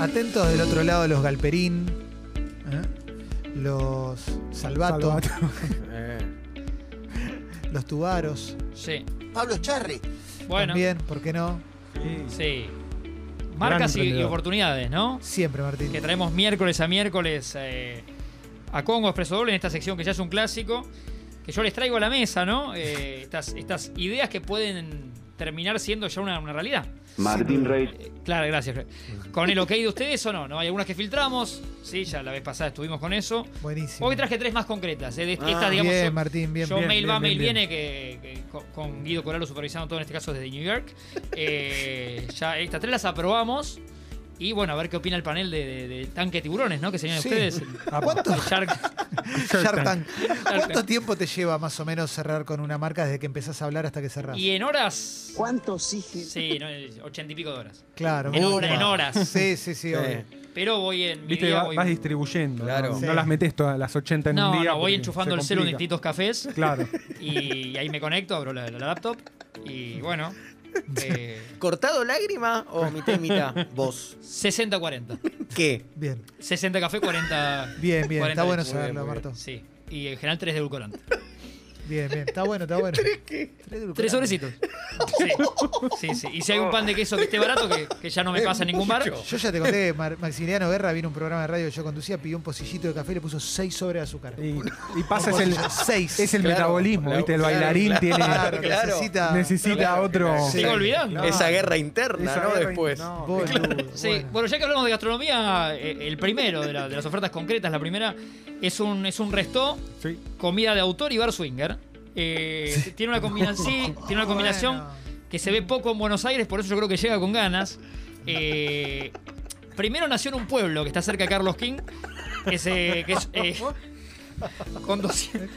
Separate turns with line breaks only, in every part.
Atentos del otro lado los Galperín, ¿eh? los Salvato,
Salvato.
Eh,
los Tubaros.
Sí.
Pablo Charri.
Bueno,
También, ¿por qué no?
sí.
sí. Marcas y- y,
emprendedor.
oportunidades, ¿no?
Siempre, Martín.
Que traemos miércoles a miércoles eh, a Congo Expreso Doble en esta sección que ya es un clásico. Que yo les traigo a la mesa, ¿no? Eh, estas, estas ideas que pueden terminar siendo ya una, una realidad.
Martín Rey.
Eh, Claro, gracias. ¿Con el ok de ustedes o no? ¿No? Hay algunas que filtramos. Sí, ya la vez pasada estuvimos con eso.
Buenísimo.
Hoy traje tres más concretas. eh, de
Ah,
estas, digamos,
bien,
son-
Martín, bien,
yo
bien,
mail
bien,
va,
bien,
mail
bien.
viene, que, que co- con Guido Coralo supervisando todo en este caso desde New York. Eh, ya estas tres las aprobamos. Y bueno, a ver qué opina el panel de, de- de Tanque Tiburones, ¿no? Que señalan
Sí.
ustedes.
¿A cuánto,
El Shark-
Shark Tank. ¿Cuánto
Tank.
tiempo te lleva más o menos cerrar con una marca desde que empezás a hablar hasta que cerrás?
Y en horas.
¿Cuántos siglos?
Sí, no, el ochenta y pico de horas.
Claro.
En,
upa.
hora- en horas.
Sí, sí, sí, obvio.
Pero voy en. Mi
Viste,
día
va-
voy-
vas distribuyendo.
Claro.
No,
Sí.
No las metes todas las 80 en
no,
un día.
no, voy
porque
enchufando
se
el celu en
complica.
distintos cafés.
Claro.
Y, ahí me conecto, abro la, la laptop. Y bueno. eh,
¿Cortado lágrima o mitad y mitad? Vos.
60-40.
¿Qué?
Bien,
60 café, 40.
bien, bien. Está
40
bueno
leche.
saberlo,
muy bien.
Marto.
Sí. Y en general 3 de edulcorante.
Bien, bien. Está bueno, está bueno. ¿Tres qué?
Tres sobrecitos. Sí. sí, sí. Y si hay un pan de queso que esté barato, que, que ya no me pasa en ningún bar.
Yo ya te conté que Mar- Maximiliano Guerra vino a un programa de radio que yo conducía, pidió un pocillito de café y le puso seis sobres de azúcar.
Y, y pasa es el,
seis.
es el
Claro,
metabolismo,
claro,
¿viste? El
claro,
bailarín
claro.
tiene,
Claro,
Claro.
necesita.
necesita otro.
Se iba olvidando.
Esa guerra interna,
Esa
¿no?
guerra-
Después.
no,
Boludo,
Sí,
bueno.
bueno. ya que hablamos de gastronomía, eh, el primero de, la- de las ofertas concretas, la primera es un, es un resto,
Sí.
comida de autor y bar swinger. Eh, tiene, una combinación, sí, tiene una combinación
Bueno.
que se ve poco en Buenos Aires, por eso yo creo que llega con ganas. Eh, primero nació en un pueblo que está cerca de Carlos King, que, se- que es, eh, con 200,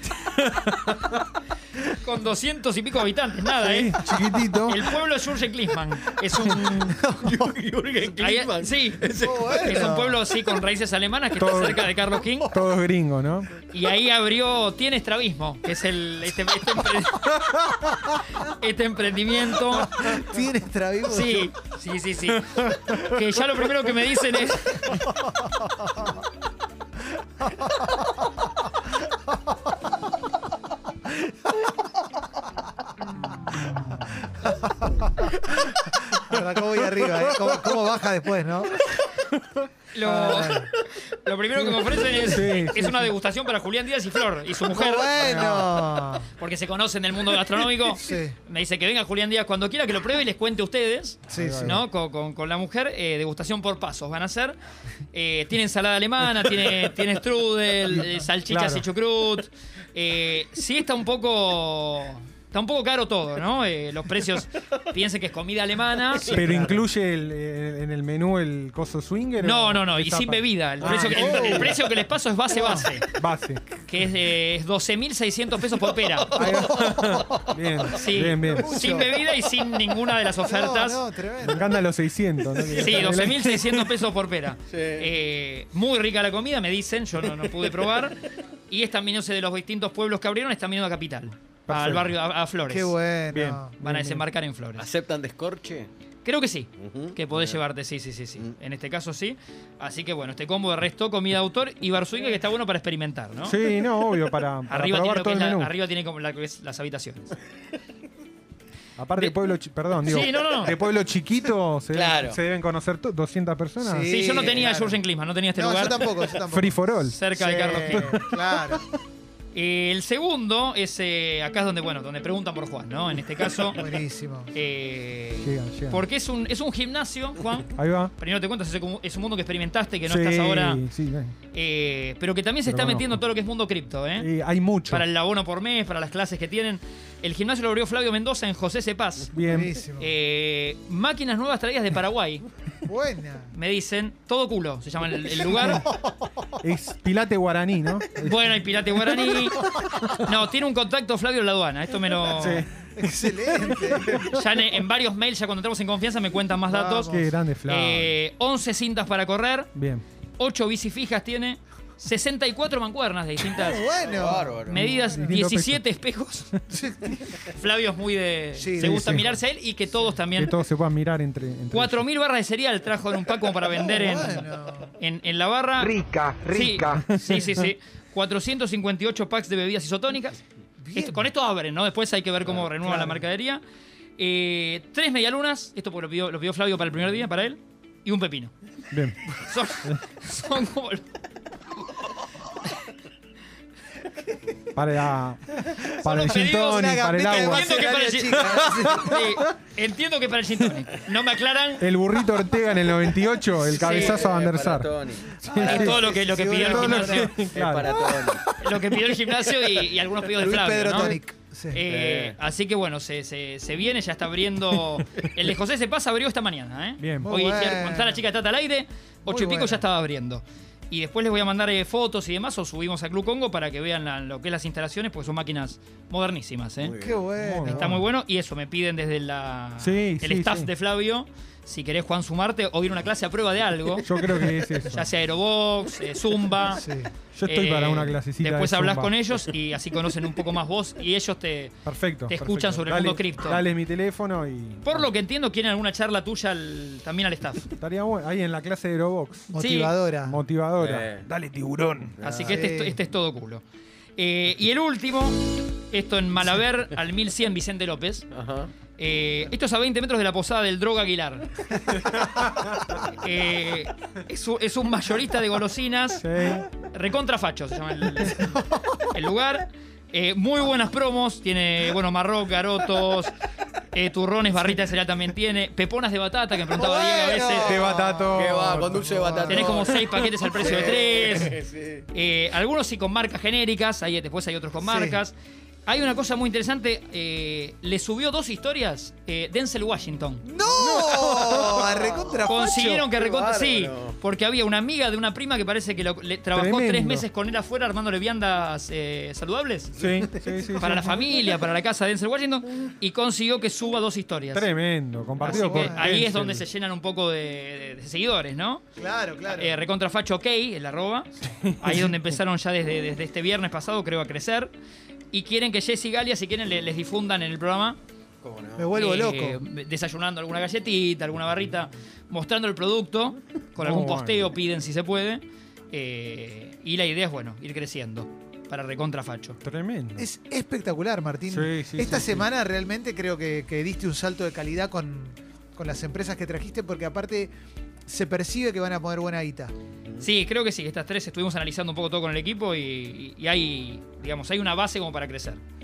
con 200 y pico habitantes, nada, ¿eh?
Chiquitito.
El pueblo es Jürgen Klinsmann. Es un.
Jürgen
Ahí-
Klinsmann.
sí.
bueno.
Es un pueblo, sí, con raíces alemanas que
Todo-
está cerca de Carlos King.
Todos gringos, ¿no?
Y ahí abrió Tiene Estrabismo, que es el, este, este empre- este emprendimiento.
Tiene estrabismo.
Sí, sí, sí, sí. Que ya lo primero que me dicen es.
Verdad, ¿Cómo voy arriba? eh? ¿Cómo, cómo baja después, no?
Lo, lo primero que me ofrecen es,
Ah. Sí,
es una degustación para Julián Díaz y Flor y su mujer.
Bueno.
Porque se conocen del mundo gastronómico.
Sí.
Me dice que venga Julián Díaz cuando quiera, que lo pruebe y les cuente a ustedes.
Sí, sí.
¿no? Con, con- con la mujer, eh, degustación por pasos van a hacer. Eh, tiene ensalada alemana, tiene, tiene strudel, eh, salchichas
Claro.
y chucrut. Eh, sí está un poco... Está un poco caro todo, ¿no? Eh, los precios, piensen que es comida alemana.
Pero incluye el- el- en el menú el coso swinger.
No,
o-
no, no, y
está
sin
pa-
bebida. El
Ah,
precio, que, el- el
oh.
precio que les paso es base-base,
Base.
que es, eh, es 12.600 pesos por pera.
Ahí va. Bien,
Sí,
bien, bien.
sin bebida y sin ninguna de las ofertas.
No, no,
Me
tremendo.
encantan los 600. ¿no?
Sí, 12.600 pesos por pera. Eh, muy rica la comida, me dicen, yo no, no pude probar. Y están viniéndose de los distintos pueblos que abrieron, están viniendo a Capital, al
Perfecto.
barrio, a, a Flores.
Qué bueno.
Bien.
Van a desembarcar en Flores.
¿Aceptan descorche?
Creo que sí,
Ujú.
que podés llevarte, sí, sí, sí, sí. En este caso sí. Así que bueno, este combo de resto, comida de autor y bar swinger que está bueno para experimentar, ¿no?
Sí, no, obvio, para, para
Arriba tiene,
probar
lo que
todo
es
el
la-
menú.
arriba tiene como la que es las habitaciones.
Aparte,
de-
pueblo, chi- perdón,
Sí,
digo,
no, no, no.
de pueblo chiquito se,
Claro.
deben, se deben conocer to- 200 personas.
Sí.
Sí, yo no tenía
claro.
Jurgen Klinsmann, no tenía este
No,
lugar
yo tampoco, yo tampoco.
Free for all.
cerca de
Sí,
Carlos Quino.
Claro.
Eh, el segundo es eh, acá es donde bueno donde preguntan por Juan, ¿no? En este caso,
Buenísimo.
eh,
Llegan, llegan.
porque es un es un gimnasio, Juan.
Ahí va.
Primero te cuento, es un- es un mundo que experimentaste, que no
Sí,
estás ahora,
sí, ven.
eh, pero que también se
Pero
está
bueno.
metiendo todo lo que es mundo cripto, ¿eh?
Y hay mucho.
Para el abono por mes, para las clases que tienen. El gimnasio lo abrió Flavio Mendoza en José Cepaz.
Bien.
Buenísimo.
Eh, máquinas nuevas traídas de Paraguay,
Buena.
me dicen. Todo culo, se llama el, el lugar.
Es pilate guaraní, ¿no? Es-
Bueno, hay pirate guaraní. No, tiene un contacto Flavio en la aduana. Esto me lo...
sí.
Excelente.
Ya en, en varios mails, ya cuando entramos en confianza, me cuentan más datos.
Qué grande Flavio.
Eh, 11 cintas para correr,
Bien.
8 bici fijas tiene, 64 mancuernas de distintas
Bueno.
Bárbaro.
medidas,
Distinto
17 espejos. Flavio es muy de.
Sí,
se
sí,
gusta
sí.
mirarse a él y que todos
Que
también.
todos se puedan mirar entre. entre
4.000 barras de cereal trajo en un paco para vender en,
Bueno.
en, en la barra.
Rica,
Sí,
rica.
Sí, sí, sí. 458 packs de bebidas isotónicas.
Bien.
Esto- con esto abren, ¿no? Después hay que ver cómo renuevan la
claro.
mercadería. Eh, tres medialunas, esto porque lo pidió, lo pidió Flavio para el primer día, para él, y un pepino.
ellos. Bien.
Son, son como.
Para, para el
los
gin
pedidos,
tonic,
una
para el
gambeta de
agua.
vaso.
Entiendo que para el
Sí,
gin-
claro,
Sí, entiendo que para el gin tonic. No me aclaran.
El burrito Ortega en el 98, el cabezazo a Van der Sar.
Para Tony.
eh, Para eh, todo lo que, lo que
Sí,
pidió el
bueno,
Todo lo
gimnasio.
que-
Es
claro.
para Tony.
lo que pidió el gimnasio y, y algunos pedidos de
Luis
Flavio.
Pedro
¿no?
Tonic. Sí.
Eh, Así que bueno, se, se- se viene, ya está abriendo. El de José se pasa, abrió esta mañana. ¿eh?
Bien.
Muy
Hoy
bueno.
ya- cuando está la chica Tata al aire, ocho y pico
bueno.
ya estaba abriendo. Y después les voy a mandar eh, fotos y demás, o subimos a Club Congo para que vean la- lo que es las instalaciones, porque son máquinas modernísimas. ¿eh?
Muy bien.
Qué bueno.
Muy
Está muy bueno. Y eso, me piden desde la,
Sí,
el
sí,
staff
sí.
de Flavio, si querés, Juan, sumarte o ir a una clase a prueba de algo.
Yo creo que es eso.
Ya sea aerobox, eh, zumba.
Sí.
Yo estoy
Eh,
para una clasecita.
Después
de
hablas
Zumba.
con ellos y así conocen un poco más vos y ellos te.
Perfecto.
te escuchan
perfecto.
sobre el
Dale-
mundo cripto.
Dale mi teléfono y.
Por lo que entiendo, quieren alguna charla tuya al- también al staff.
Estaría bueno. Ahí en la clase de Aerobox.
Motivadora.
Motivadora.
Eh.
Dale, tiburón.
Así que este, es to-
Sí.
este es todo culo. Eh, y el último, esto en Malaber, al 1100 Vicente López.
Ajá.
Eh, esto es a 20 metros de la posada del Droga Aguilar. Eh, es, un- es un mayorista de golosinas.
Sí.
Recontrafacho se llama el, el lugar. Eh, muy buenas promos. Tiene, bueno, marroc, garotos, eh, turrones, barritas de cereal también tiene. Peponas de batata que me preguntaba Diego a veces.
Te batato.
¿Qué va? Con dulce de batata.
Tenés como seis paquetes al precio de tres.
Sí.
Eh, algunos sí con marcas genéricas, ahí después hay otros con
Sí.
marcas. Hay una cosa muy interesante, eh, le subió dos historias eh, Denzel Washington.
¡No! A recontra
Consiguieron que
qué
recontra... Sí,
bárbaro.
porque había una amiga de una prima que parece que lo- le trabajó tres
Tremendo.
meses con él afuera armándole viandas eh, saludables.
Sí, sí, sí.
Para
sí.
la familia, para la casa de Denzel Washington, y consiguió que suba dos historias.
Tremendo.
Así
Compartido
que
por.
ahí es
Denzel.
donde se llenan un poco de- de- de seguidores, ¿no?
Claro, claro.
Eh, recontrafacho ok, el arroba. Ahí es donde empezaron ya desde, desde este viernes pasado, creo, a crecer. Y quieren que Jesse y Galia, si quieren, le- les difundan en el programa.
¿Cómo no?
Me vuelvo
eh,
loco.
Desayunando alguna galletita, alguna barrita, mostrando el producto. Con algún
Muy bueno.
posteo piden si se puede. Eh, y la idea es, bueno, ir creciendo para recontrafacho.
Tremendo.
Es espectacular, Martín.
Sí, sí,
Esta
sí, sí.
semana realmente creo que, que diste un salto de calidad con, con las empresas que trajiste, porque aparte se percibe que van a poner buena guita.
Sí, creo que sí. Estas tres estuvimos analizando un poco todo con el equipo y, y hay, digamos, hay una base como para crecer.